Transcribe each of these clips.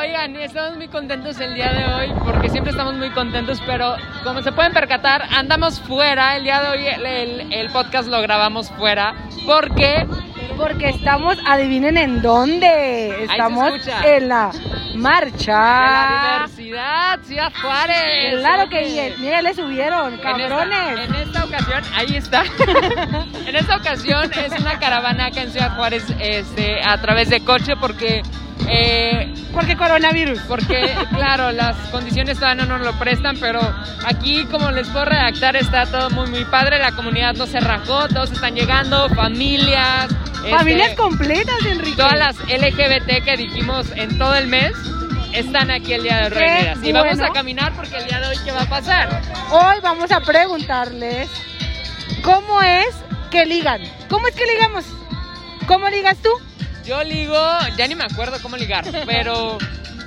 Oigan, estamos muy contentos el día de hoy porque siempre estamos muy contentos, pero como se pueden percatar, andamos fuera. El día de hoy el, el- el podcast lo grabamos fuera porque Porque estamos, adivinen en dónde. Estamos escucha. en la la marcha. diversidad, Ciudad Juárez. Ah. claro que Oye, bien. Mira, le subieron, en esta- cabrones. En esta, ocasión, ahí está. en esta ocasión es una caravana acá en Ciudad Juárez este, a través de coche porque... eh, Porque coronavirus. porque claro, las condiciones todavía no nos lo prestan, pero aquí como les puedo redactar está todo muy muy padre, la comunidad no se rajó, todos están llegando, familias, este, Familias completas, Enrique. todas las LGBT que dijimos en todo el mes están aquí el día de hoy. Qué Reineras. Y vamos bueno. a caminar porque el día de hoy qué va a pasar. Hoy vamos a preguntarles cómo es que ligan. ¿Cómo es que ligamos? ¿Cómo ligas tú? Yo ligo, ya ni me acuerdo cómo ligar, pero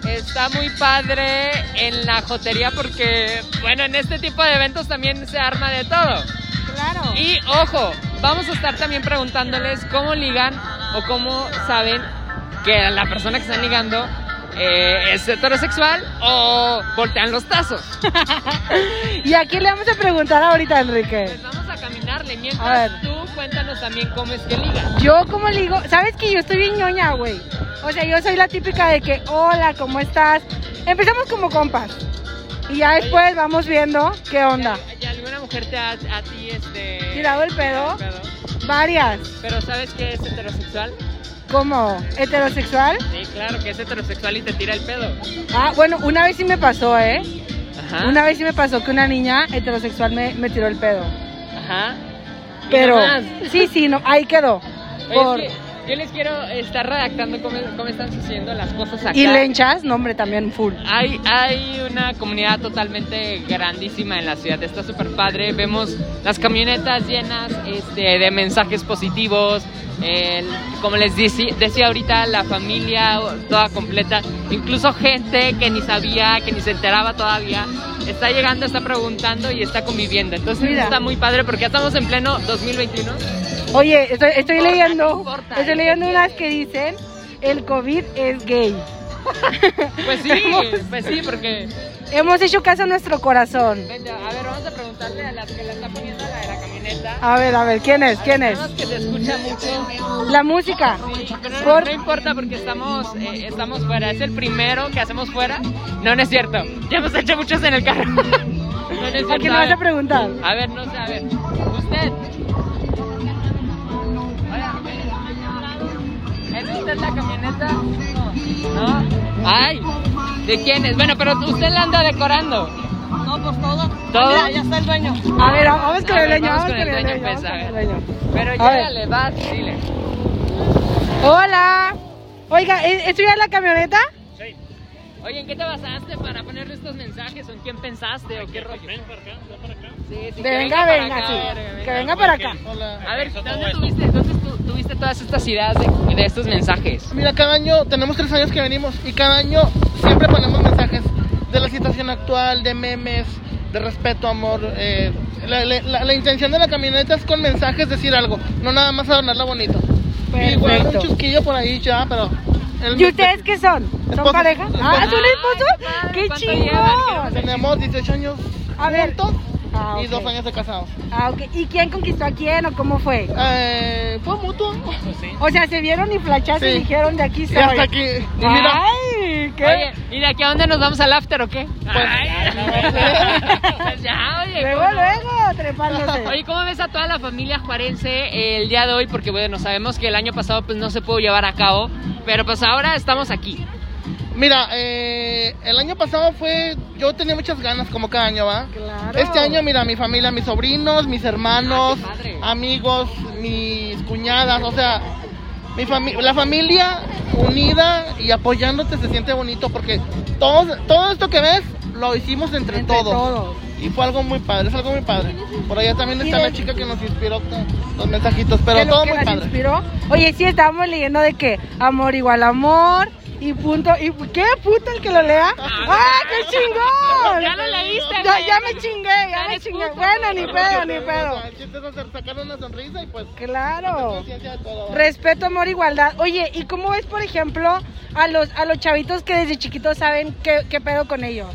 está muy padre en la jotería porque bueno, en este tipo de eventos también se arma de todo. Claro. Y ojo, vamos a estar también preguntándoles cómo ligan o cómo saben que la persona que están ligando eh, es heterosexual o voltean los tazos. ¿Y a quién le vamos a preguntar ahorita, Enrique? Pues vamos a caminarle. A Mientras ver. tú cuéntanos también cómo es que ligan. Yo como le digo, sabes que yo estoy bien ñoña, güey. O sea, yo soy la típica de que, hola, ¿cómo estás? Empezamos como compas. Y ya después vamos viendo qué onda. ¿Y alguna mujer te ha a ti este, Tirado el pedo. tirado el Varias. Pero ¿sabes que es heterosexual? Como heterosexual. Sí, claro que es heterosexual y te tira el pedo. Ah, bueno, una vez sí me pasó, ¿eh? Ajá. Una vez sí me pasó que una niña heterosexual me, me tiró el pedo. Ajá. Y Pero... nada más. Sí, sí, no, ahí quedó. Oye, Por- es que yo les quiero estar redactando cómo, cómo están sucediendo las cosas acá. Y lenchas, no hombre, también full. Hay, hay una comunidad totalmente grandísima en la ciudad, está súper padre, vemos las camionetas llenas este, de mensajes positivos, el- como les deci- decía ahorita, la familia toda completa, incluso gente que ni sabía, que ni se enteraba todavía, está llegando, está preguntando y está conviviendo. Entonces Mira. está muy padre porque ya estamos en pleno 2021. Oye, estoy, estoy No importa, no leyendo, importa, estoy es lo leyendo que unas tiene. que dicen, el COVID es gay. Pues sí, pues sí, porque... Hemos hecho caso a nuestro corazón. Venga, a ver, vamos a preguntarle a la que la está poniendo, la de la camioneta. A ver, a ver, ¿quién es? ¿Quién es? Sabemos que se escucha mucho. La música. Pero no- Por- no importa porque estamos, eh, estamos fuera. Es el primero que hacemos fuera. No, no es cierto. Ya hemos hecho muchos en el carro. No, no es ¿A cierto. quién le vas a ver. preguntar? A ver, no sé, a ver. Usted. Hola. ¿Es usted la camioneta? No. Ay, ¿de quién es? Bueno, pero usted la anda decorando. No, pues todo. ¿Todo? Mira, ya está el dueño. A ver, vamos con A el ver, dueño, vamos vamos con con el el dueño, dueño. vamos pues, a con el ver. dueño. Pero A ver. ya le vas, dile. Hola. Oiga, ¿es es tuya la camioneta? Oye, ¿en qué te basaste para ponerle estos mensajes? ¿O en quién pensaste? ¿O qué rollo? Ven para acá, ven para acá. Sí, sí, Que venga, para venga, acá, sí. verga, Que venga para acá. A ver, ¿dónde tuviste, entonces, tú- tuviste todas estas ideas de, de estos mensajes? Mira, cada año, tenemos tres años que venimos y cada año siempre ponemos mensajes de la situación actual, de memes, de respeto, amor. eh, la, la- la- la intención de la camioneta es con mensajes decir algo, no nada más adornarla bonito. Igual un Perfecto. chusquillo por ahí ya, pero... el- ¿Y ustedes qué son? ¿Son Esposos. pareja? Ah, ¿son Ay, esposos? padre, ¡Qué ¿cuánto llevan? chingón! Tenemos 18 años A ver. juntos Ah, y dos ok. años de casados. Ah, ok. ¿Y quién conquistó a quién o cómo fue? Eh, fue mutuo. O sea, se vieron y flachaste y Sí. dijeron de aquí Y soy. hasta aquí. Y mira, ¡Ay! ¿Qué? Oye, ¿y de aquí a dónde nos vamos al after o qué? Pues, Ay, pues ya, oye. luego, ¿cómo no? luego, trepándose. Oye, ¿cómo ves a toda la familia juarense eh, el día de hoy? Porque bueno, sabemos que el año pasado pues no se pudo llevar a cabo, pero pues ahora estamos aquí. Mira, eh, el año pasado fue, yo tenía muchas ganas como cada año, ¿va? Claro. Este año, mira, mi familia, mis sobrinos, mis hermanos, Ah, qué padre. amigos, mis cuñadas, o sea, mi fami- la familia unida y apoyándote se siente bonito porque todos, todo esto que ves lo hicimos entre, Entre todos. todos. Y fue algo muy padre, es algo muy padre. Por allá también Y está de- la chica que nos inspiró con los mensajitos, Que pero lo todo que muy las padre. inspiró. Oye, sí, estábamos leyendo de que amor igual amor y punto. ¿Y qué puto el que lo lea? ¡Ah, qué chingón! Ya lo leíste, Ya, güey. ya me chingué, ya me Eres chingué. puto. Bueno, ni pedo, ni pedo. El chiste es hacer- sacar una sonrisa y pues... Claro. conciencia de todo, ¿va? Respeto, amor, igualdad. Oye, ¿y cómo ves, por ejemplo, a los, a los chavitos que desde chiquitos saben qué, qué pedo con ellos.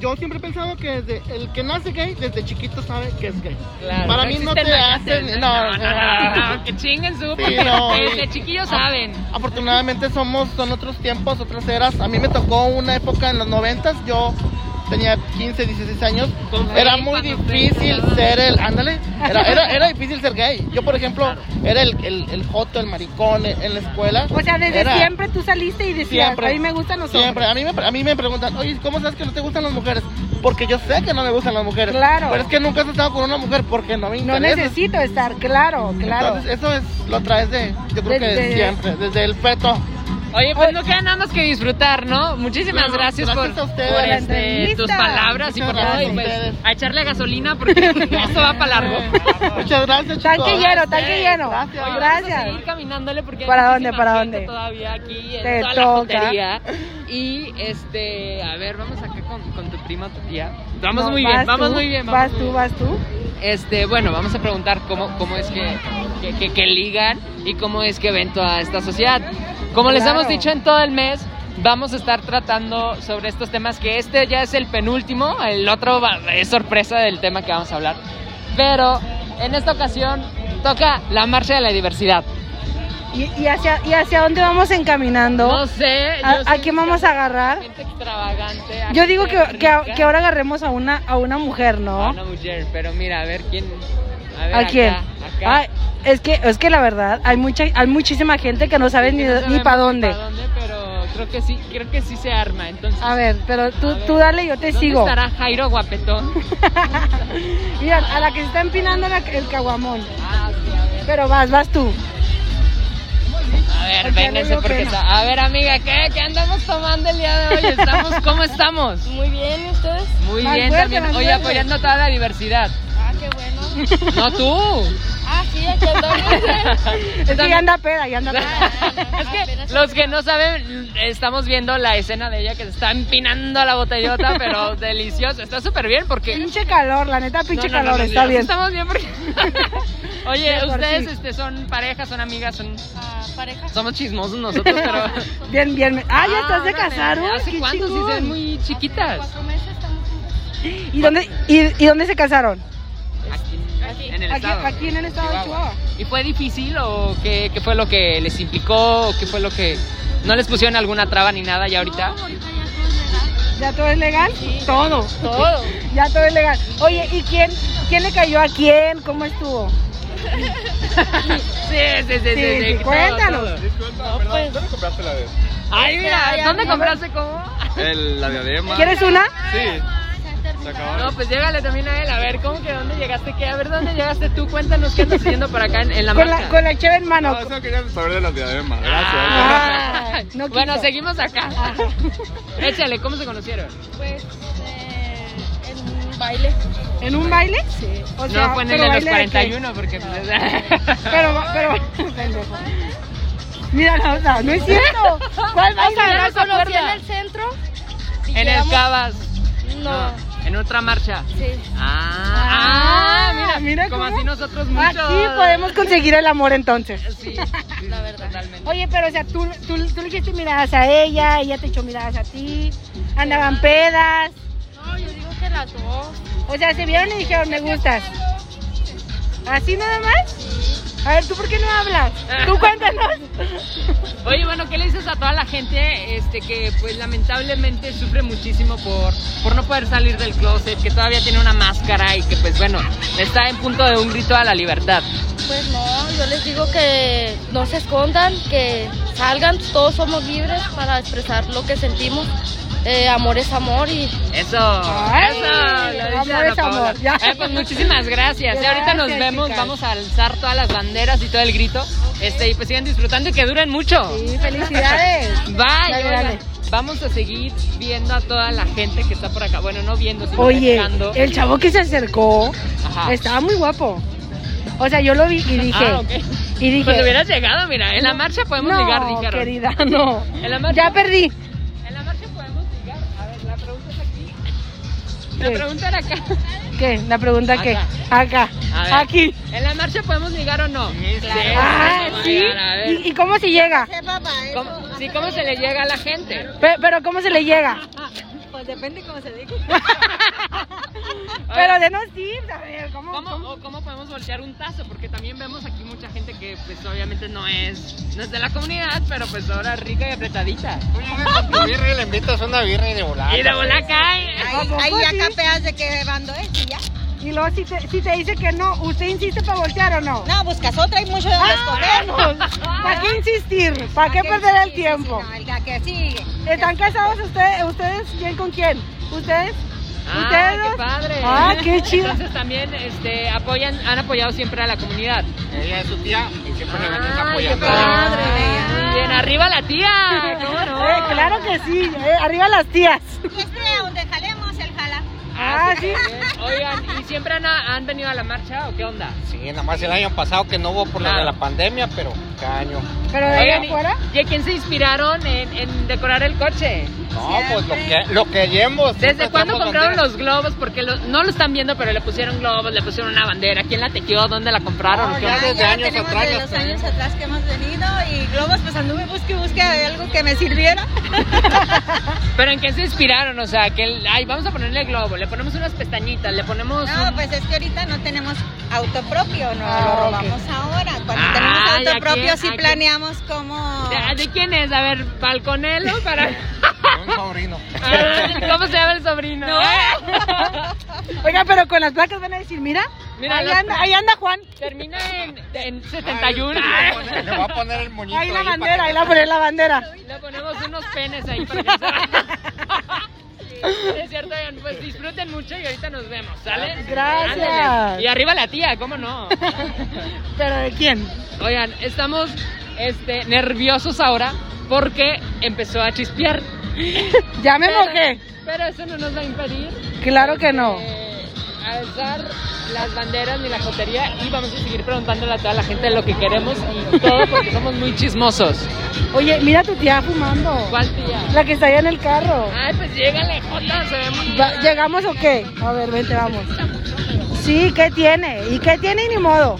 Yo siempre he pensado que desde el que nace gay, desde chiquito sabe que es gay. Claro, Para mí no existen te vacantes, hacen. ¿eh? No, No, no, no, no, no, que chinguen su. Sí, no. Desde chiquillos saben. Afortunadamente somos, son otros tiempos, otras eras. A mí me tocó una época en los noventas, yo tenía 15, 16 años. Con fe, Era muy cuando difícil ustedes ser el, ándale, era, era, era difícil ser gay. Yo, por ejemplo, era el, el, el joto, el maricón en, en la escuela. O sea, desde Era- siempre tú saliste y decías, Siempre. a mí me gustan los Siempre, hombres. a mí, me, a mí me preguntan, oye, ¿cómo sabes que no te gustan las mujeres? Porque yo sé que no me gustan las mujeres. Claro. Pero es que nunca has estado con una mujer porque no me No interesa. necesito estar, claro, claro. eh, Entonces, eso es, lo traes de, yo creo que Desde- de siempre, desde el feto. Oye, pues no queda nada más que disfrutar, ¿no? Muchísimas Claro, gracias, gracias por, a ustedes. por, Por la este, entrevista. tus palabras y Muchas por todo. Y gracias a pues ustedes. a echarle gasolina porque esto va para largo. Muchas gracias, chicos. Tanque lleno, tanque lleno. Gracias. Oye, Vamos a Gracias. seguir caminándole porque hay ¿Para dónde, muchísima para gente dónde? Todavía aquí en Te toda la toca. jotería. Y este, a ver, vamos acá con, con tu prima, tu tía. Vamos No, muy bien, vas vamos tú, muy bien. Vas vamos muy tú, bien. vas tú. Este, bueno, vamos a preguntar cómo, cómo es que, que, que- que ligan y cómo es que ven toda esta sociedad. Como les Claro. hemos dicho en todo el mes, vamos a estar tratando sobre estos temas, que este ya es el penúltimo, el otro va- es sorpresa del tema que vamos a hablar. Pero en esta ocasión toca la marcha de la diversidad. ¿Y, y hacia, ¿Y hacia dónde vamos encaminando? No sé, yo ¿A, a sé quién que vamos a agarrar? gente extravagante. a Yo digo que, gente que, a- rica, que ahora agarremos a una, a una mujer, Ah, a ¿no? una mujer, pero mira, a ver quién. ¿A, ver, ¿A acá, quién? Ah, acá. Ay, es que es que la verdad hay mucha hay muchísima gente que no sabe ni, Que no ni sabemos para dónde. pa' pero creo que sí, creo que sí se arma. Entonces, A ver, pero tú A ver. tú dale, yo te ¿dónde sigo. estará Jairo Guapetón? Mira, a la que se está empinando la- el caguamón. Ah, sí, a ver. Pero vas, vas tú. A ver, Porque vénganse no porque veo pena. está- A ver, amiga, ¿qué, ¿qué andamos tomando el día de hoy? ¿Estamos, ¿Cómo estamos? Muy bien, ¿y ustedes? Muy Más bien fuerte, también. más Oye, fuerte. apoyando toda la diversidad. Ah, qué bueno. No tú. Ah, sí, aquí andamos. Es que ya anda peda, ya anda peda. Es que Ah, los que Ah, no saben, estamos viendo la escena de ella que se está empinando la botellota, pero delicioso. Está súper bien porque Pinche calor, la neta pinche No, no, no, calor, no, está no, bien. Estamos bien porque. Oye, Mejor ustedes sí. este, son pareja, son amigas, son. Ah, pareja. Somos chismosos nosotros, pero. Bien, bien. Ah, ya estás de órale, casar, uy, ¿Hace qué cuánto? Si chingón. se ven muy chiquitas. Cuatro meses estamos juntos. ¿Y dónde y, y dónde se casaron? Aquí, Aquí. en el Aquí, estado. aquí en el estado de Chihuahua. Chihuahua. ¿Y fue difícil o qué, qué fue lo que les implicó? ¿O qué fue lo que.? ¿No les pusieron alguna traba ni nada ya ahorita? No, ahorita ya todo es legal. ¿Ya todo es legal? Todo. Todo. Ya todo es legal. Oye, ¿y quién quién le cayó a quién? ¿Cómo estuvo? Sí, sí, sí, sí. Sí, sí, todo, cuéntanos. todo. Disculpa, No, perdón, pues. ¿dónde compraste la de? Ay, mira, Ay, ay, ¿dónde ay, compraste cómo? El, la diadema. ¿Quieres una? Sí. Se ha terminado. No, pues llégale también a él, a ver, ¿cómo que dónde llegaste? ¿Qué? A ver, ¿dónde llegaste tú? Cuéntanos qué andas haciendo por acá en, en la Con marcha. la, con la cheve en mano. Ah, No, eso quería saber de la diadema. Gracias. Ah, no quiso. bueno, seguimos acá. Échale, ¿cómo se conocieron? Pues eh, en un baile. ¿En un baile? Sí. no fue en el de los 41 porque... pues, Pero, va- pero, pendejo. Mira, no, no, no es cierto. ¿Cuál O baile? sea, no nos se conocí en acuerda. el centro. y en el llegamos- Cabas. No. En otra marcha. Sí. Ah, ah, mira, Ah, mira como cómo- así nosotros muchos. Aquí podemos conseguir el amor entonces. Sí, La verdad. totalmente. Oye, pero o sea, tú, tú, tú le echaste miradas a ella, ella te echó miradas a ti, andaban pedas. No, yo digo que las dos. O sea, se vieron y dijeron, me gustas. ¿Así nada más? A ver, ¿tú por qué no hablas? Tú cuéntanos. Oye, bueno, ¿qué le dices a toda la gente este, que pues lamentablemente sufre muchísimo por, por no poder salir del closet, que todavía tiene una máscara y que pues bueno, está en punto de un grito a la libertad? Pues no, yo les digo que no se escondan, que salgan, todos somos libres para expresar lo que sentimos. Eh, amor es amor y Eso, Ay, eso, lo dice amor Ana es amor, Paola. ya. Eh, pues muchísimas gracias. Y ahorita nos Gracias, vemos, chicas. vamos a alzar todas las banderas y todo el grito. Este, y pues sigan disfrutando y que duren mucho. Sí, felicidades. Bye. Dale, oigan. dale. Vamos a seguir viendo a toda la gente que está por acá. Bueno, no viendo, sino Oye, pescando. el chavo que se acercó Ajá. estaba muy guapo. O sea, yo lo vi y dije, Ah, ok. y dije, Pues hubieras llegado, mira, en la marcha podemos no, ligar, dijeron. querida, no. En la marcha, Ya perdí. en la marcha podemos ligar. A ver, la pregunta es aquí. La ¿Qué? pregunta era acá. ¿Qué? La pregunta que acá, A ver. aquí. ¿En la marcha podemos ligar o no? Sí, Ah, podemos sí. ligar, a ver. ¿Y, y cómo se llega? ¿Cómo? Sí, ¿cómo se le llega a la gente? Pe- Pero, ¿cómo se le llega? Pues depende cómo se diga. Pero denos tips, a ver, ¿cómo? ¿Cómo, o cómo podemos voltear un tazo? Porque también vemos aquí mucha gente que pues obviamente no es, no es de la comunidad, pero pues ahora rica y apretadita. birra y le invitas una birra y de Ah, volar. Y de volar cae. Ahí, poco ahí sí? ya capeas de que bando es y ya. Y luego si te, si te dice que no, ¿usted insiste para voltear o no? No, buscas otra y mucho de Ah, dónde escoger. ¿Para qué insistir? ¿Para qué que- perder el sí, sí, tiempo? sí, no, el que sigue. ¿Están casados ustedes? ¿Ustedes bien con quién? ¿Ustedes? ¡Ah, ¿Ustedes? qué padre! Ah, qué chido. Entonces también este, apoyan, han apoyado siempre a la comunidad. Ella es su tía y siempre le venimos ¡Ay, qué apoyando. padre! Bien, arriba la tía. ¿Cómo no? Eh, claro que sí, eh, arriba las tías. Y este, donde jalemos, el jala. Ah, Ah, sí. sí. también. Oigan, ¿y siempre han, han venido a la marcha o qué onda? Sí, nada más el año pasado que no hubo por la de la pandemia, pero caño. Pero de ahí Oigan, ¿y- afuera, ¿y a quién se inspiraron en, en decorar el coche? No, pues lo que, lo que llevemos. ¿Desde siempre cuándo traemos compraron banderas. los globos? Porque lo- no lo están viendo, pero le pusieron globos, le pusieron una bandera. ¿Quién la tejió? ¿Dónde la compraron? No, ¿Qué ya onda? desde años tenemos atrás de las los tenemos. años atrás que hemos venido y globos pues anduve busque y busque de algo que me sirviera. ¿Pero en qué se inspiraron? O sea, que el- ay, vamos a ponerle globo, le ponemos unas pestañitas, le ponemos... No, un- pues es que ahorita no tenemos auto propio, no Ah, lo ok. robamos ahora. Cuando Ah, tenemos ¿y a auto quién- propio a sí quién? planeamos cómo... ¿De, de quién es? A ver, balconelo para... Un sobrino. Ah, ¿Cómo se llama el sobrino? oiga, pero con las placas van a decir, mira, Mira, ahí, las- anda, ahí anda Juan, Termina en, en Ay, 71. Le voy a poner el moñito. ahí la para bandera, que- ahí la poné la bandera. Le ponemos unos penes ahí para que se vea. Es cierto, oigan, pues disfruten mucho y ahorita nos vemos, ¿sale? Gracias. Ándale. Y arriba la tía, ¿cómo no? ¿Pero de quién? Oigan, estamos este, nerviosos ahora porque empezó a chispear. Ya me mojé. Pero eso no nos va a impedir. Claro que no. eh, alzar las banderas ni la jotería y vamos a seguir preguntándole a toda la gente lo que queremos y todo porque somos muy chismosos. Oye, mira a tu tía fumando. ¿Cuál tía? La que está allá en el carro. Ay, pues llégale, Jota, se ve muy Va- ¿Llegamos o qué? A ver, vente, vamos. Sí, ¿qué tiene? ¿Y qué tiene y ni modo?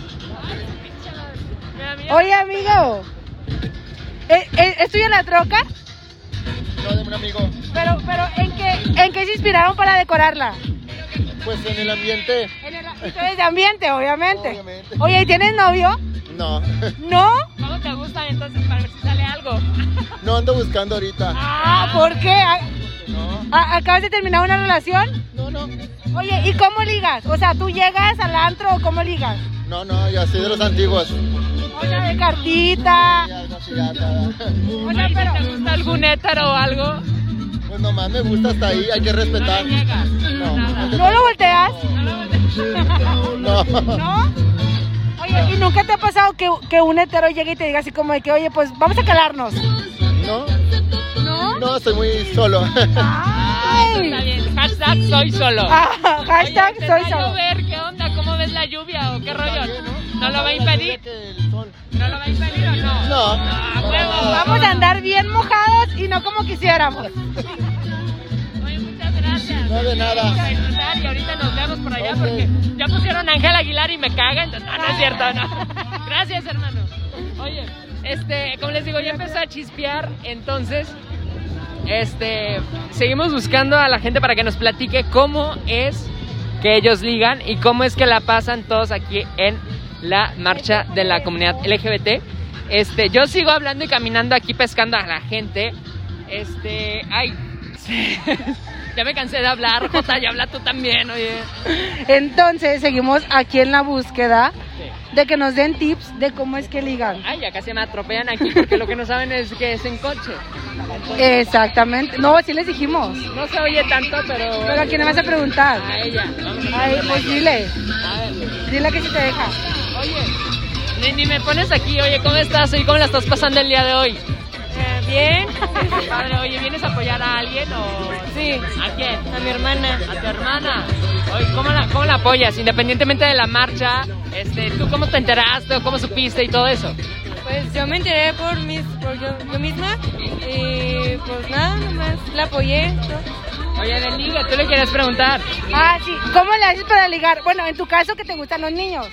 Mi amiga- Oye, amigo. ¿eh, eh, ¿Es tuya la troca? No, de un amigo. Pero, pero ¿en, qué, ¿en qué se inspiraron para decorarla? Pues en el ambiente. En el ustedes de ambiente, obviamente. Obviamente. Oye, ¿y tienes novio? No, ¿No? ¿Cómo te gusta entonces para ver si sale algo? no ando buscando ahorita. Ah, ¿por qué? Ah, ah, ¿Acabas de terminar una relación? No, no. Oye, ¿y cómo ligas? O sea, ¿tú llegas al antro o cómo ligas? No, no, yo soy de los antiguos. O sea, de cartita. O sea, Oye, pero... ¿Te gusta algún hétero o algo? Pues nomás me gusta hasta ahí, hay que respetar. No le niegas. No. Nada. ¿No lo volteas? No lo voltees. No. ¿No? Oye, ¿y nunca te ha pasado que, que un hetero llegue y te diga así como de que, oye, pues vamos a calarnos? No. No. No, soy muy solo. Ay, Está bien. Hashtag soy solo. Ah, hashtag soy Oye, empezó a solo. llover, ¿qué onda? ¿Cómo ves la lluvia o qué rollo? ¿No lo va a impedir? ¿No lo va a impedir o no? No. Ah, huevo. Vamos a andar bien mojados y no como quisiéramos. Oye, muchas gracias. No, de nada. Vamos a disfrutar Y ahorita nos vemos por allá porque ya pusieron a Ángel Aguilar y me cagan. No, no es cierto, no. Gracias, hermano. Oye, este, como les digo, ya empezó a chispear, entonces, este, seguimos buscando a la gente para que nos platique cómo es que ellos ligan y cómo es que la pasan todos aquí en la marcha de la comunidad LGBT. Este, yo sigo hablando y caminando aquí pescando a la gente. Este, ay. ya me cansé de hablar, Jota, ya habla tú también, oye. Entonces, seguimos aquí en la búsqueda de que nos den tips de cómo es que ligan. Ay, ya casi me atropellan aquí porque lo que no saben es que es en coche. Exactamente. No, sí les dijimos. No se oye tanto, pero. Pero ¿a quién le vas a preguntar? A ella. Vamos a Ay, pues dile. A ver. Dile que si te deja. Oye, ni, ni me pones aquí, oye, ¿cómo estás? Oye, ¿Cómo la estás pasando el día de hoy? Eh, bien. Padre, oye, ¿vienes a apoyar a alguien o...? Sí. ¿A quién? A mi hermana. ¿A tu hermana? Oye, ¿cómo la, cómo la apoyas? Independientemente de la marcha, este, ¿tú cómo te enteraste o cómo supiste y todo eso? Pues yo me enteré por, mis, por yo, yo misma y pues nada, nomás la apoyé. Oye, de liga, ¿tú le quieres preguntar? Ah, sí. ¿Cómo le haces para ligar? Bueno, en tu caso que te gustan los niños.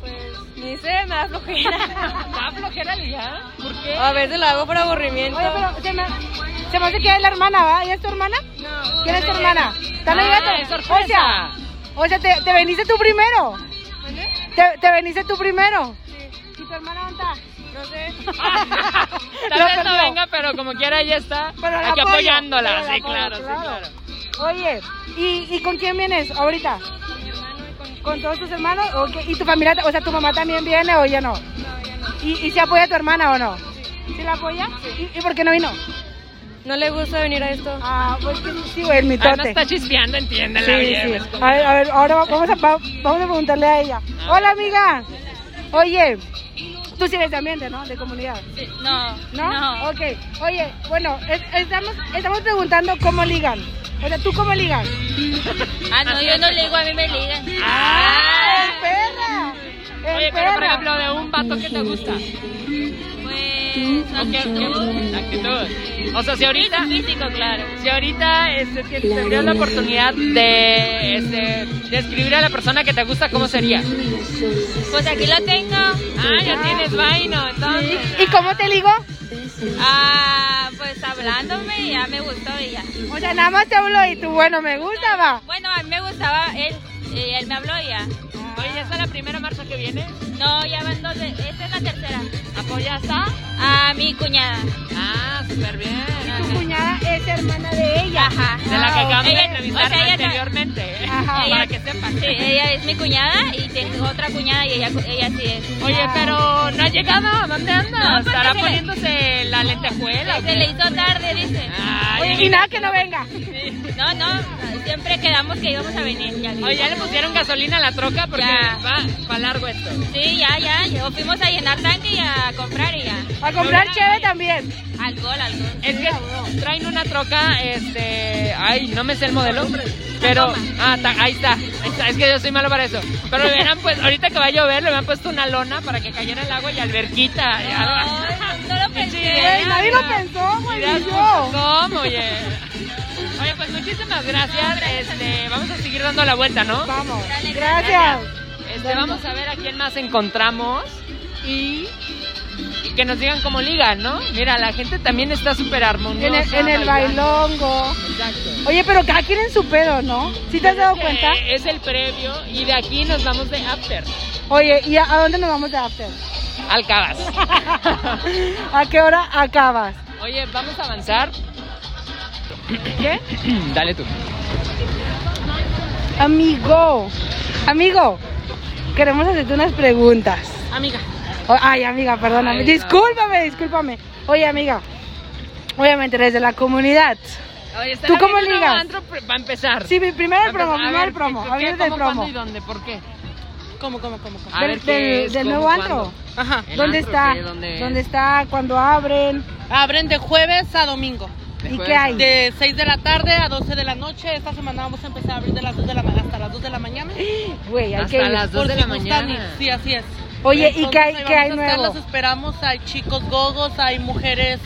Pues ni ni sé, me da flojera. ¿Está flojera ligar? ¿Por qué? A veces lo hago por aburrimiento. Oye, pero se me, se me hace que es la hermana, ¿va? ¿Y es tu hermana? No. ¿Quién es tu hermana? También Ah, llega tu- es sorpresa. O sea, o sea, te, te veniste tú primero. Te, te veniste tú primero. ¿Y tu hermana dónde está? No sé. Tal Lo vez no perdió. venga, pero como quiera ella está Pero la aquí apoyo, apoyándola. pero la Sí, apoyo, claro, sí, claro. claro. Oye, ¿y, y con quién vienes ahorita? ¿Con todos tus hermanos? ¿O qué? ¿Y tu familia, o sea, tu mamá también viene o ya no? ¿Y, y si apoya a tu hermana o no? ¿Sí la apoya? ¿Y, y por qué no vino? No le gusta venir a esto. Ah, pues que sí, güey, el Ana mitote. Ah, está chispeando, entiéndela Sí, bien. sí. es como- A ver, a ver, ahora va- vamos a, va- vamos a preguntarle a ella. Hola, amiga. Oye, tú sí eres de ambiente, ¿no? De comunidad. No, ¿No? Ok. Oye, bueno, es- estamos, estamos preguntando cómo ligan. O sea, ¿tú cómo ligas? Ah, no, yo no ligo, a mí me ligan. ¡El ¡Ah! perra! ¡El Oye, pero perra! por ejemplo, de un vato que te gusta. Pues, ¿O qué- qué- la actitud? O sea, si ahorita. físico, claro. Si ahorita este, que tendrías la oportunidad de este, describir a la persona que te gusta, ¿cómo sería? Pues aquí lo tengo. Ah, ya tienes vaino, entonces. ¿Y cómo te ligo? Ah, pues hablándome y ya me gustó y ya. O sea, nada más te hablo y tú, bueno, me gusta, va. Bueno, a mí me gustaba él y él me habló y ya. Oye, ¿esta es la primera marcha que viene? No, ya van dos, de- esta es la tercera. ¿Apoyas a? A mi cuñada. Ah, súper bien. Tu cuñada es hermana de ella. Ajá. De la que acabamos de Ella- entrevistar o sea, ella- anteriormente. Ajá. Para Ella- que sepan. Sí, ella es mi cuñada y tengo otra cuñada y ella, ella sí es. Oye, pero no ha llegado. ¿Dónde anda? No, porque ¿Estará se le- poniéndose la lentejuela? o Se qué? le hizo tarde, dice. Ay, Oye, y nada que no venga. No, no, siempre quedamos que íbamos a venir. Ya Oye, ya le pusieron gasolina a la troca porque Ya. va para largo esto. Sí, ya, ya. Llegó, fuimos a llenar tanque y a comprar y ya. A comprar chévere también. Alcohol, alcohol. Es que traen una troca, este, ay, no me sé el modelo, pero, ah, ta- ahí, está, ahí está, es que yo soy malo para eso. Pero le hubieran pues, ahorita que va a llover, le habían puesto una lona para que cayera el agua y alberquita. Ay, no lo pensé. Güey, ¿eh? nadie lo pensó, güey, Ideas ni yo. punto com, oye. Oye, pues muchísimas gracias. Este, vamos a seguir dando la vuelta, ¿no? Vamos. Gracias. Este, vamos a ver a quién más encontramos y, y que nos digan cómo ligan, ¿no? Mira, la gente también está súper armoniosa. En el, en el bailando. bailongo. Exacto. Oye, pero cada quien en su pedo, ¿no? ¿Sí te has dado cuenta? Eh, Es el previo y de aquí nos vamos de after Oye, ¿y a, a dónde nos vamos de after? al Cabas. ¿A qué hora acabas? Oye, vamos a avanzar. ¿Qué? Dale tú. Amigo, amigo, queremos hacerte unas preguntas. Amiga. O- Ay, amiga, perdóname. Ay, no. discúlpame, discúlpame. Oye, amiga, obviamente eres de la comunidad. Oye, ¿estará ¿Tú cómo bien un ligas? antro pr- para empezar. Sí, mi- primero el Para promo, empezar. A primero el ver, promo. ¿qué- Hablemos qué, del cómo, promo. cuándo y dónde? ¿Por qué? ¿Cómo, cómo, cómo, cómo? A Del- ver, ¿qué del- es? del ¿Cómo, nuevo antro. Ah, cuándo? Ajá. ¿El ¿Dónde antro está? qué? ¿Dónde, ¿Dónde está? ¿Cuándo abren? Abren de jueves a domingo. de ¿Y jueves qué a- hay? De 6 de la tarde a 12 de la noche. Esta semana vamos a empezar a abrir de las 2 de la ma- hasta las 2 de la mañana. Güey, hay Hasta que ir. las dos Por de si la gustan mañana. ir. Sí, así es. Oye, ¿y Entonces, qué hay, ahí qué hay vamos a estar, nuevo? Los esperamos. Hay chicos gogos, hay mujeres,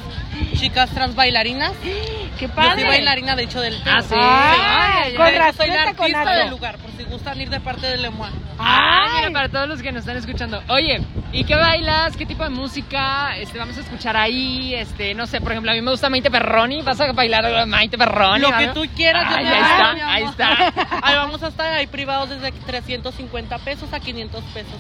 chicas trans bailarinas. ¡Qué Yo soy padre! bailarina, de hecho, del Ah, teo. sí. Ah, Ay, con ay, ay. razón. Soy la Vete con artista algo. del lugar, por si gustan ir de parte de Lemois. Ah, mira, Ay. para todos los que nos están escuchando. Oye, ¿y qué bailas? ¿Qué tipo de música este, vamos a escuchar ahí? Este, no sé, por ejemplo, a mí me gusta Maite Perroni. ¿Vas a bailar algo de Maite Perroni? Lo que ¿verdad? tú quieras, yo Ay, te ahí hago, está, mi ahí amor. está. Ahí vamos a estar ahí privados desde 350 pesos a 500 pesos.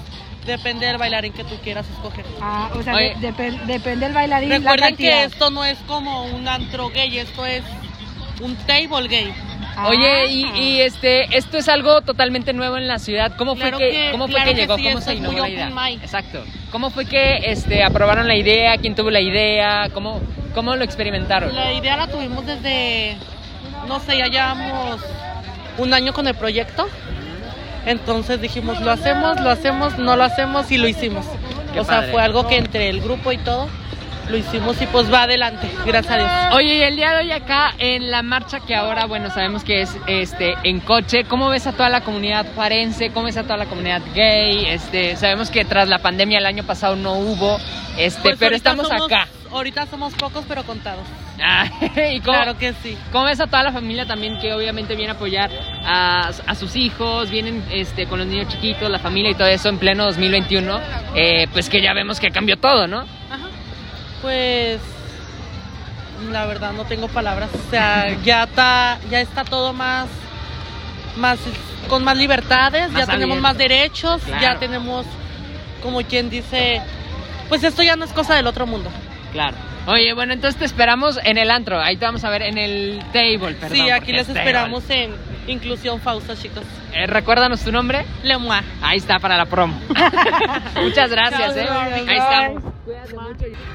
Depende del bailarín que tú quieras escoger. Ah, o sea, Oye. de- depen- depende del bailarín. la Recuerden que cantidad. esto no es como un antro gay, esto es un table gay. Oye, y, y, este, esto es algo totalmente nuevo en la ciudad. ¿Cómo Claro fue que, que- cómo fue claro que que llegó? sí, ¿Cómo esto se es muy innovó la idea? open mic. Exacto. ¿Cómo fue que este, aprobaron la idea? ¿Quién tuvo la idea? ¿Cómo, cómo lo experimentaron? La idea la tuvimos desde, no sé, ya llevamos un año con el proyecto. Entonces dijimos, lo hacemos, lo hacemos, no lo hacemos y lo hicimos. Qué o sea, padre. fue algo que entre el grupo y todo lo hicimos y pues va adelante, gracias a Dios. Oye, y el día de hoy acá en la marcha que ahora, bueno, sabemos que es este en coche, ¿cómo ves a toda la comunidad parense? ¿Cómo ves a toda la comunidad gay? Este, sabemos que tras la pandemia el año pasado no hubo, este, Pues pero ahorita estamos somos- acá. Ahorita somos pocos pero contados. Ah, ¿Y cómo, Claro que sí. cómo ves a toda la familia también que obviamente viene a apoyar a, a sus hijos, vienen este, con los niños chiquitos, la familia y todo eso en pleno 2021, eh, pues que ya vemos que cambió todo, ¿no? Ajá. Pues la verdad no tengo palabras, o sea, ya está ya está todo más más con más libertades, Más ya tenemos abierto. más derechos, ya Claro. tenemos como quien dice, pues esto ya no es cosa del otro mundo. Claro. Oye, bueno, entonces te esperamos en el antro. Ahí te vamos a ver en el table, perdón. sí, aquí porque les es table. esperamos en Inclusión Fausta, chicos. Eh, recuérdanos tu nombre. Lemois. Ahí está para la promo. Muchas gracias, ¿eh? Ahí estamos.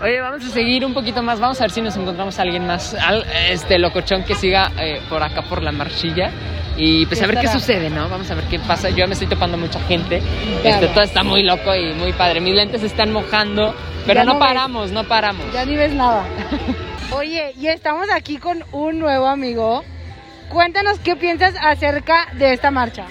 Oye, vamos a seguir un poquito más. Vamos a ver si nos encontramos a alguien más. Al, este locochón que siga eh, por acá, por la marchilla. Y pues a ver qué sucede, ¿no? Vamos a ver qué pasa. Yo me estoy topando mucha gente. Este, todo está muy loco y muy padre. Mis lentes se están mojando. Pero Ya no, no ves. paramos, no paramos. Ya ni ves nada. Oye, y estamos aquí con un nuevo amigo. Cuéntanos qué piensas acerca de esta marcha.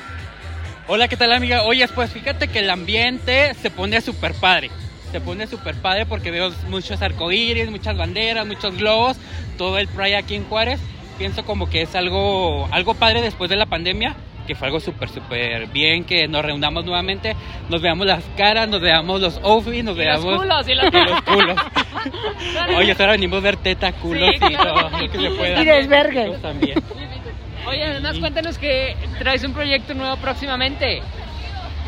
Hola, ¿qué tal amiga? Oye, pues fíjate que el ambiente se pone súper padre. Se pone súper padre porque veo muchos arcoíris, muchas banderas, muchos globos, todo el playa aquí en Juárez. Pienso como que es algo, algo padre después de la pandemia, que fue algo súper, súper bien, que nos reunamos nuevamente, nos veamos las caras, nos veamos los outfits, nos Y los veamos culos, y los- y los culos. Oye, ahora venimos a ver teta, culos Sí, y claro. todo lo que se pueda. Y desvergue. También. Oye, además cuéntanos que traes un proyecto nuevo próximamente.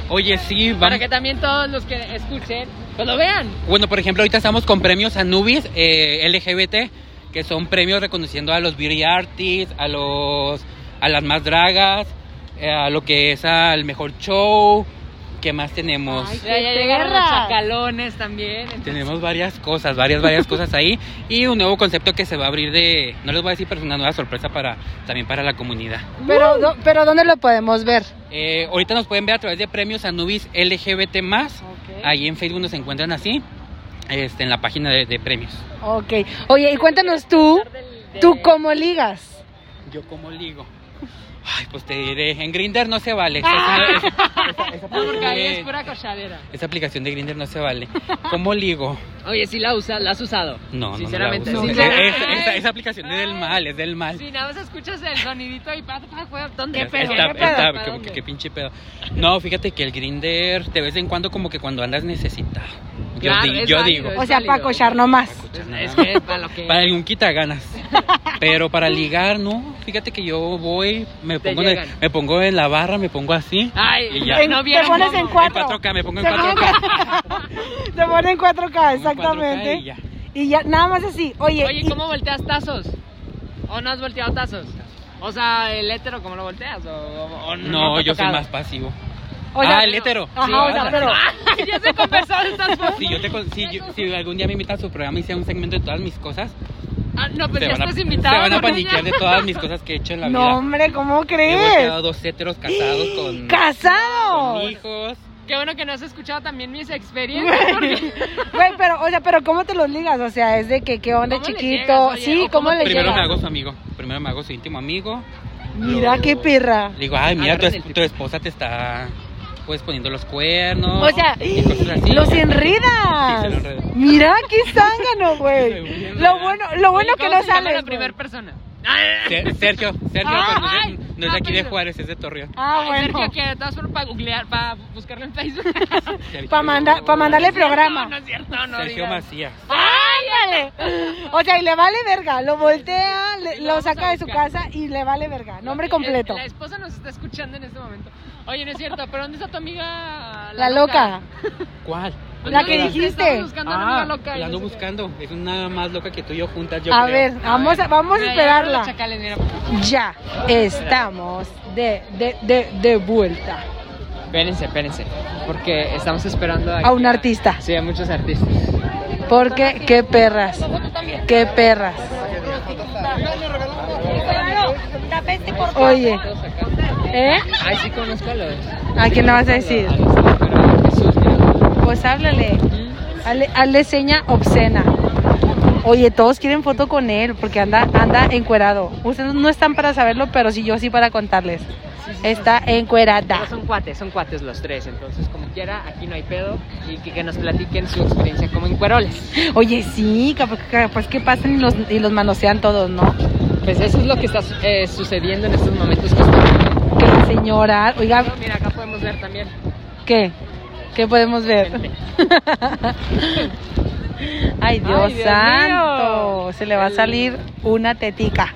Oye, sí, Para vamos. que también todos los que escuchen, pues lo vean. Bueno, por ejemplo, ahorita estamos con premios Anubis eh, LGBT, que son premios reconociendo a los beauty artists, a los a las más dragas, eh, a lo que es al mejor show, ¿qué más tenemos? Ay, Ya, ya ¡Qué llegaron los perra! chacalones también. Tenemos varias cosas, varias, varias cosas ahí y un nuevo concepto que se va a abrir de, no les voy a decir, pero es una nueva sorpresa para también para la comunidad. Uh. Pero, do- pero ¿dónde lo podemos ver? Eh, ahorita nos pueden ver a través de premios Anubis LGBT+, ahí en Facebook nos encuentran así, este, en la página de- de premios. Ok. Oye, y cuéntanos tú, ¿tú cómo? cómo ligas? Yo como ligo. Ay, pues te diré, en Grinder no se vale. Esa, esa- esa Porque ahí es aplicación de, pura cochadera. esa aplicación de Grinder no se vale. ¿Cómo ligo? Oye, sí la usas, la has usado. No, no, Sinceramente, no. la uso. sí, Es- claro. es- esa, esa aplicación es del mal, es del mal. Si nada más escuchas el sonidito y pa, pa, pa, ¿dónde Está, pedo? está, ¿Qué pedo? está, ¿Para como que dónde? qué pinche pedo. No, fíjate que el Grinder de vez en cuando como que cuando andas necesitado. Yo, Claro, di- es yo válido, digo. es O sea, válido. para cochar nomás. Es que para lo que Para algún quita ganas. Pero para ligar, no. Fíjate que yo voy, me Te pongo, en, llegan. me pongo en la barra, me pongo así. Ay, Y ya. no En- vieron te pones en cómo. En cuatro. 4K, me pongo en Se pone 4K. Te ponen 4K, Pongo en 4K exactamente. y ya. Y ya, nada más así. Oye, Oye, y- ¿cómo volteas tazos? ¿O no has volteado tazos? O sea, el hétero, ¿cómo lo volteas? ¿O, o- o No, te ha yo soy tocado? más pasivo. o sea, ah, el hétero. Ajá, Sí, o sea, ahora. pero. Ah, ya se conversaron estas cosas. Si, yo te con- si, yo- si algún día me invitas a su programa y sea un segmento de todas mis cosas, Ah, no, pues se, ya van a, estás invitado. se van a Corona. paniquear de todas mis cosas que he hecho en la No, vida. hombre, ¿cómo He crees? volteado dos héteros casados con, ¡Casado! con hijos. Qué bueno que no has escuchado también mis experiencias. Porque... Güey, pero, o sea, pero ¿cómo te los ligas? O sea, es de que, ¿qué onda, ¿Cómo le chiquito? llegas, oye? sí, ¿cómo, ¿O cómo le te Primero llegas? me hago su amigo. Primero me hago su íntimo amigo. Mira qué perra. Le digo, ay, mira, tu, Agarren el es- tu esposa te está pues poniendo los cuernos. O sea, y cosas así. los Sí, se enredas. lo enredo. Mira qué zángano, güey. Según Lo yo, bueno, lo bueno Oye, que ¿cómo no se llama sale. la primera persona. Ah, Ser- Sergio, Sergio, Ah, pero no es de- ay, no es de aquí de pues, rápido. Juárez, es de Torreón. Ah, Sergio, bueno. que de todas formas para googlear, para buscarlo en Facebook. Para mandar, para mandarle No, no programa. es cierto, no. Sergio digas. Macías. Ándale. O sea, y le vale verga. Lo voltea, le- Y lo lo vamos saca a de su buscar. casa y le vale verga. Nombre Eh, completo. La esposa nos está escuchando en este momento. Oye, no es cierto, pero ¿dónde está tu amiga? La loca. ¿Cuál? Pues la no, que te dijiste. estamos buscando a una Ah, amiga loca. y la ando no sé qué. buscando. Es una más loca que tú y yo juntas, yo a creo. ver, vamos a, vamos a Mira, ya abrieron los esperarla. chacales, mira. Ya estamos de, de, de, de vuelta Espérense, espérense. Porque estamos esperando a un artista. Sí, a muchos artistas. Porque qué perras. Qué perras. Oye, ¿eh? Ay, sí conozco a los. ¿A quién le vas a decir? a los- pero a Jesús, mira. Pues háblale. Hazle, hazle seña obscena. Oye, todos quieren foto con él porque anda, anda encuerado. Ustedes no están para saberlo, pero sí yo sí para contarles. Está encuerada. Pero son cuates, son cuates los tres, entonces como quiera, aquí no hay pedo y que, que nos platiquen su experiencia como en cueroles. Oye, sí, capaz, capaz que pasen y los, y los manosean todos, ¿no? Pues eso es lo que está eh, sucediendo en estos momentos que estamos Qué señora. Oiga, No, mira, acá podemos ver también. ¿qué? ¿Qué podemos ver? Ay, Dios, Ay, Dios santo. mío. Se le va a El- salir una tetica.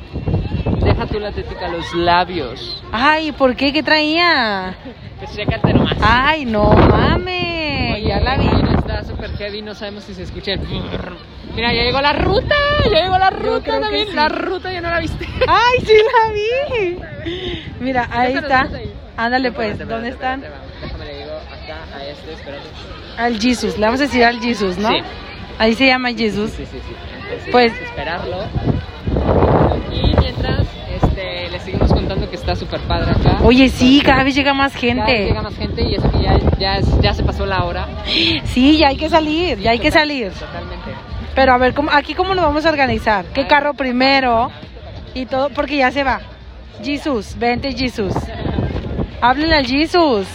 Deja tú la tetica, los labios. Ay, ¿por qué? ¿Qué traía? Pues chécate nomás. Ay, no mames. Oye, ya la vi. mira, Está súper heavy, no sabemos si se escucha el... Mira, ya llegó la ruta, ya llegó la creo ruta que también. sí. La ruta ya no la viste. Ay, sí la vi. Mira, ahí está. Déjanos ahí. Ándale No, pues, espérate, ¿dónde espérate, están? espérate, Déjame le digo acá a este, espérate. Al Jesus, le vamos a decir al Jesus, ¿no? Sí. Ahí se llama Jesus. Sí, sí, sí. Entonces, Pues- vamos a esperarlo. Y mientras, este, le seguimos contando que está súper padre acá. Oye, sí, cada vez llega más Cada vez gente. llega más gente y eso que ya, ya, es- ya se pasó la hora. Sí, ya hay que salir, ya hay que Total- salir. Totalmente. Pero a ver, ¿cómo, aquí cómo nos vamos a organizar. ¿Qué carro primero? Y todo, porque ya se va. Jesus, vente Jesus. Háblenle al Jesus.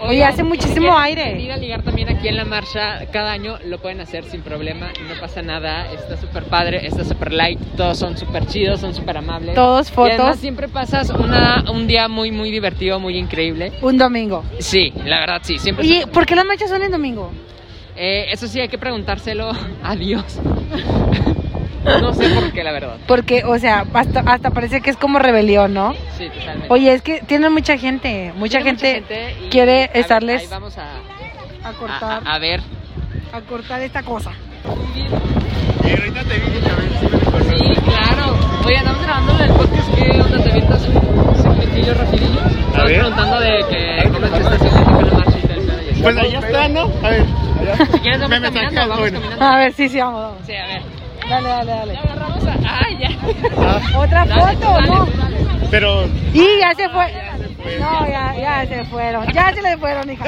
Oye, Oigan, hace y si muchísimo quieren aire. Venir a ligar también aquí en la marcha cada año lo pueden hacer sin problema, no pasa nada, está súper padre, está súper light, todos son súper chidos, son súper amables. Todos Y además fotos. siempre pasas una, un día muy, muy divertido, muy increíble. Un domingo. Sí, la verdad Pues sí, siempre. Oye, ¿por qué las marchas son en domingo? Eh, eso sí, hay que preguntárselo a Dios. no sé por qué, la verdad. Porque, o sea, hasta, hasta parece que es como rebelión, ¿no? Sí, totalmente. Oye, es que tienen mucha gente. Mucha, Tiene gente, y- quiere a ver, estarles- ahí vamos Ah, a, a- a a, cortar, a ver. a cortar esta cosa. Eh, Sí, claro. Oye, andamos grabando el podcast. ¿Qué onda? ¿Te avientas un segmentillo rapidillo? Estamos ver. preguntando de que cómo es que está haciendo acá en la marcha y tal, tal, y Pues allá está, ¿no? A ver. así. Si quieres, vamos Me mensajeas, caminando, vamos bueno. caminando. A ver, sí, sí, vamos, vamos. Sí, a ver. Dale, dale, dale. Agarramos a... ¡Ay, ya! Otra Dale, tú foto, dale, ¿no? tú dale. Ah, Pero Y ya se fue. No, ya, ya se fueron. Ya se le fueron, hija.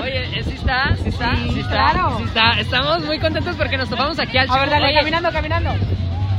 Oye, eh, sí está, sí está, sí, Sí, está. claro. Sí está. Estamos muy contentos porque nos topamos aquí al A ver, chico. dale, Oye, caminando, caminando. oye,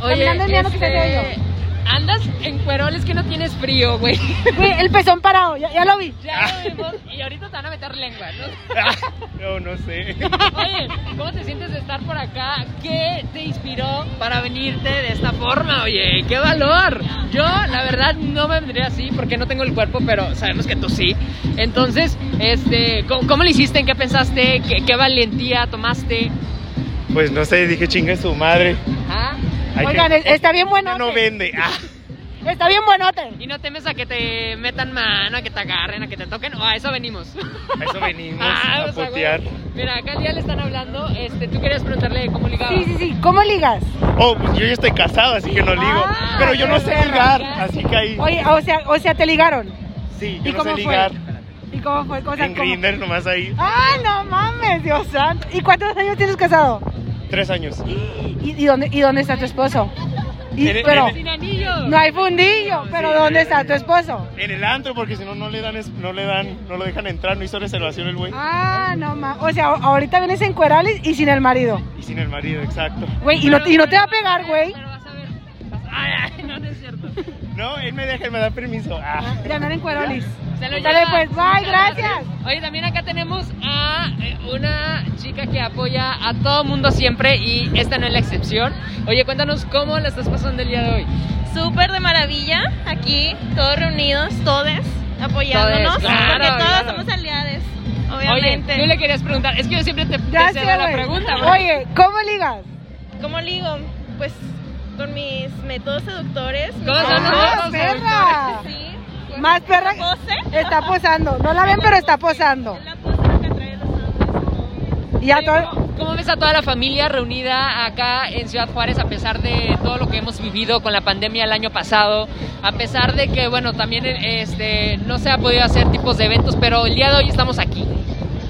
caminando en llano que se te este, Andas en cueroles que no tienes frío, güey. Güey, el pezón parado, ya, ya lo vi. Ah. Ya lo vemos y ahorita te van a meter lengua, ¿no? no, no sé. Oye, ¿cómo te sientes de estar por acá? ¿Qué te inspiró para venirte de esta forma? Oye, qué valor. Yo, la verdad, no me vendría así porque no tengo el cuerpo, pero sabemos que tú sí. Entonces, este, ¿cómo, cómo lo hiciste? ¿En qué pensaste? ¿Qué, qué valentía tomaste? Pues no sé, dije chinga su madre. ¿Ah? Hay Oigan, que- es- está bien no, no buenote. vende. Ah, Está bien buenote. ¿Y no temes a que te metan mano, a que te agarren, a que te toquen? ¿O a eso venimos? a eso venimos Ah, a o sea, putear. güey. Mira, acá al día le están hablando. Este, tú querías preguntarle cómo ligaba. Sí, sí, sí. ¿Cómo ligas? Oh, pues yo ya estoy casado, así que no ligo. Ah, Pero yo no sé qué perro. ligar, así que ahí. Oye, o sea, o sea, te ligaron. Sí, ¿y yo no cómo sé fue? ligar. ¿Y cómo fue? O sea, En ¿cómo? Grindr nomás ahí. Ah, no mames, Dios santo. ¿Y cuántos años tienes casado? Tres años. ¿Y, y dónde, ¿Y dónde está tu esposo? Y, En- pero, en- Sin anillo. no hay fundillo, pero ¿dónde está tu esposo? En el antro, porque si no, no le dan, es- no le dan, no lo dejan entrar, no hizo reservación el güey. Ah, no mames. O sea, ahorita vienes en cuerales y sin el marido. Y sin el marido, exacto. Güey, y no, te- y no te va a pegar, güey. Pero vas a ver. vas a- Ay, ay, no, no es cierto. No, él me deja, él me da permiso. Ah. De andar en cuerolis. Se lo Dale lleva. pues, bye, Muchas gracias. Oye, también acá tenemos a eh, una chica que apoya a todo mundo siempre y esta no es la excepción. Oye, cuéntanos cómo la estás pasando el día de hoy. Súper de maravilla, aquí, todos reunidos, todes, apoyándonos, Todes, claro, porque todos claro. somos aliados, Oye, obviamente. tú le querías preguntar, es que yo siempre te, te Ya sé, cedo la güey. pregunta, güey. Oye, ¿cómo ligas? ¿Cómo ligo? Pues con mis métodos seductores. mis- ¿Cómo son los Ah, dos perra. Sí. Más perra. que- Pose. Está posando. No la ven, pero está posando. Es la pose que trae los hombres. Y a todo. ¿Cómo- ¿Cómo ves a toda la familia reunida acá en Ciudad Juárez a pesar de todo lo que hemos vivido con la pandemia el año pasado? A pesar de que, bueno, también eh, este, no se ha podido hacer tipos de eventos, pero el día de hoy estamos aquí.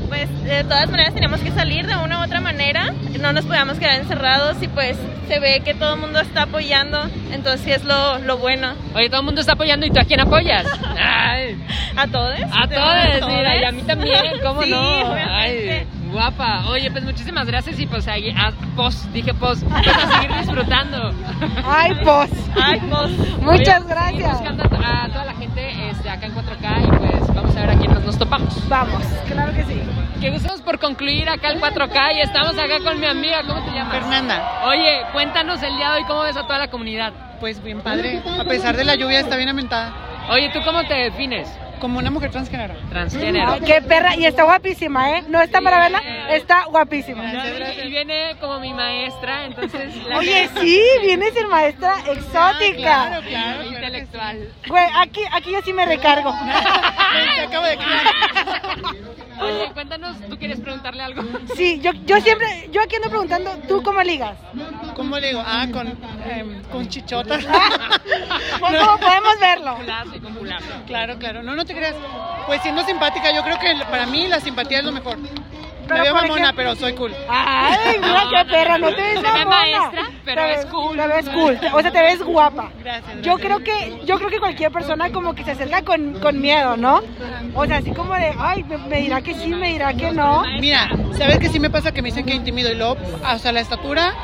Pues de todas maneras tenemos que salir de una u otra manera, no nos podíamos quedar encerrados y pues se ve que todo el mundo está apoyando, entonces es lo, lo bueno. Oye, todo el mundo está apoyando y tú a quién apoyas? Ay, A todos. a todos, mira, y a mí también, ¿cómo Sí, no? Ay, obviamente. guapa. Oye, pues muchísimas gracias y pues ahí, a, pos, dije pos, pues a seguir disfrutando. Ay, pos. Ay, pues, Muchas Oye, gracias. seguimos buscando a, a toda la gente este, acá en 4K y pues vamos a ver a quién nos, nos topamos. Vamos, claro que sí. Que gustamos por concluir acá el 4K y estamos acá con mi amiga, ¿cómo te llamas? Fernanda, Oye, cuéntanos el día de hoy cómo ves a toda la comunidad. pues bien padre. A pesar de la lluvia está bien aumentada. Oye, ¿tú cómo te defines? Como una mujer transgénero. Transgénero. Ay, qué perra. Y está guapísima, ¿eh? No está para verla, está guapísima. Y viene como mi maestra, entonces... la Oye, neta- Ah, sí, viene a ser maestra exótica. Claro, claro, Intelectual. Güey, aquí, aquí yo sí me recargo. acabo de Oye, cuéntanos, ¿tú quieres preguntarle algo? Sí, yo, yo siempre, yo aquí ando preguntando, ¿tú cómo ligas? ¿Cómo le digo? Ah, con, em, con chichotas. Pues, ¿cómo podemos verlo? Claro, claro. No, no te creas. Pues siendo simpática, yo creo que el- para mí la simpatía es lo mejor. Pero, Me veo por mamona, ejemplo- pero soy cool. Ay, mira qué perra, no te ves Se ve mamona. maestra, pero Te es ves- cool. Te ves cool, te- o sea, te ves guapa. Gracias, Yo creo que, yo creo que cualquier persona como que se acerca con, con miedo, ¿no? O sea, así como de, ay, me, me dirá que sí, me dirá que no. Mira, ¿sabes qué sí me pasa que me dicen que intimido? Y luego, o sea, la estatura,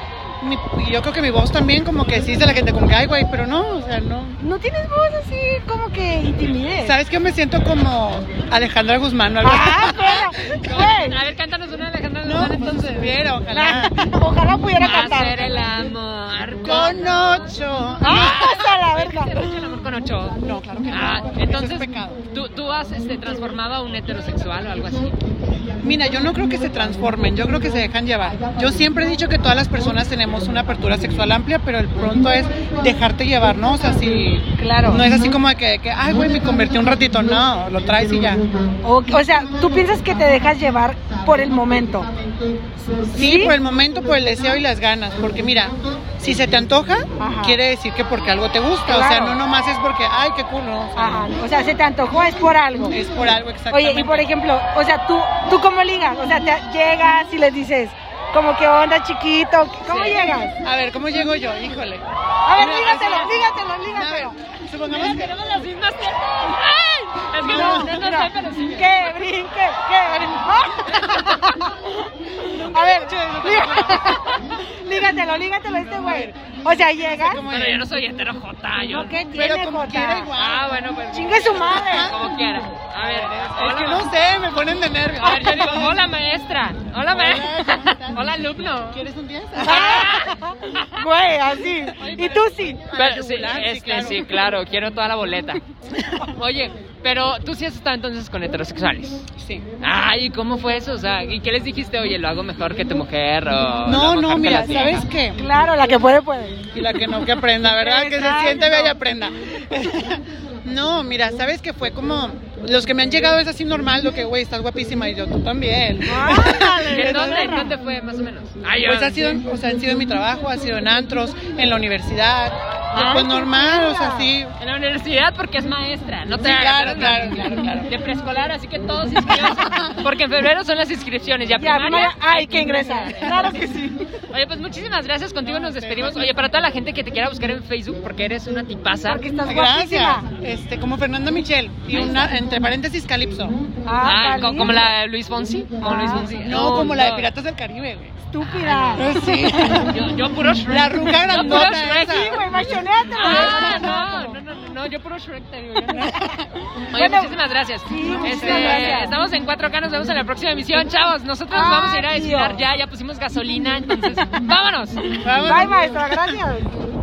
mi- y yo creo que mi voz también, como que sí dice la gente, como que, ay, güey, pero no, o sea, no. No tienes voz así como que intimide. ¿Sabes qué? Me siento como Alejandra Guzmán o algo Ah, perra. Güey. A ver, cántanos una, Alejandra No, pues, Guzmán, entonces. Viera, ojalá. Ojalá pudiera cantar. Hacer el amor Con ocho. ¡Ah, hasta la verga! el amor con ocho. No, claro que no. Ah, Eso entonces, es pecado. ¿tú, tú has este, transformado a un heterosexual o algo así? Mira, yo no creo que se transformen, yo creo que se dejan llevar. Yo siempre he dicho que todas las personas tenemos una apertura sexual amplia, pero el pronto es dejarte llevar, ¿no? O sea, si Claro. no es así como de que, que, ay, güey, me convertí un ratito, no, lo traes y ya. O, o sea, tú piensas que te dejas llevar por el momento. Sí, por el momento, por el deseo y las ganas, porque mira, si se te antoja, quiere decir que porque algo te gusta, o sea, Claro. no nomás es porque, ay, qué culo. o sea, Ajá, Ah, o sea, se te antojó, es por algo. Es por algo, Oye, y por ejemplo, o sea, tú, ¿tú cómo ligas? O sea, te llegas y les dices, como que onda chiquito, ¿cómo Sí. llegas? A ver, ¿cómo llego yo? Híjole. A ver, Mira, lígatelo, así- lígatelo, lígatelo. supongamos que- tenemos las mismas tetas. ¡Ay! Es que no, no, no, mira, sé, pero sí. Que brinque, que brinque. A ver, lí- lígatelo, lígatelo a este güey. O sea, llegas. Pero yo no soy hetero Pues J, yo... No, ¿qué tiene, Jota? Ah, bueno, pues... Chingue su madre. Como quiera. A ver, Es que hola. no sé, me ponen de nervios. A ver, yo digo, hola maestra, hola maestra, hola alumno. ¿Quieres un 10? Ah. Güey, así. Y tú sí. Pero, sí, este, sí, claro, quiero toda la boleta. Oye, pero tú sí has estado entonces con heterosexuales. Sí. Ay, ¿cómo fue eso? O sea, ¿y qué les dijiste? Oye, lo hago mejor que tu mujer o... No, lo no, mejor que mira, la tuya? ¿sabes qué? Claro, la que puede, puede. Y la que no, que aprenda, ¿verdad? Que se Exacto. siente bella y aprenda. No, mira, ¿sabes qué fue como... Los que me han llegado es así normal, lo que, güey, estás guapísima y yo, tú también. Ah. ¿Y en dónde, en dónde fue, más o menos? Ay, Pues yo- ha sido, en- o sea, han sido en mi trabajo, ha sido en antros, en la universidad. Ah, Pues normal, o sea, sí. En la universidad porque es maestra, no te Sí, hagas, claro, ¿verdad? claro, claro, claro. De preescolar, así que todos inscríbanse, porque en febrero son las inscripciones, ya, Ya, primaria primaria, hay que ingresar. Claro que sí. ah. Oye, pues muchísimas gracias, contigo nos despedimos. Oye, para toda la gente que te quiera buscar en Facebook, porque eres una tipaza. Porque estás Gracias. guapísima. Este, como Fernanda Michel. Y una, entre paréntesis, Calypso. Ah, vale. co- como la de Luis Fonsi. Como Luis Fonsi. Ah, No, como la de no. Piratas del Caribe, güey. Estúpida. Sí. Yo, yo puro Shrek. La ruca Yo puro grandota Shrek. esa. Sí, güey, machoneate. Ah, no, no, no, no, yo puro Shrek te digo. yo no. Oye, Bueno, muchísimas gracias. muchísimas Este, gracias. Estamos en 4K, nos vemos en la próxima emisión, chavos. Nosotros Ay, vamos a ir a desfilar Dios. ya, ya pusimos gasolina, entonces, vámonos. Bye, maestra, gracias.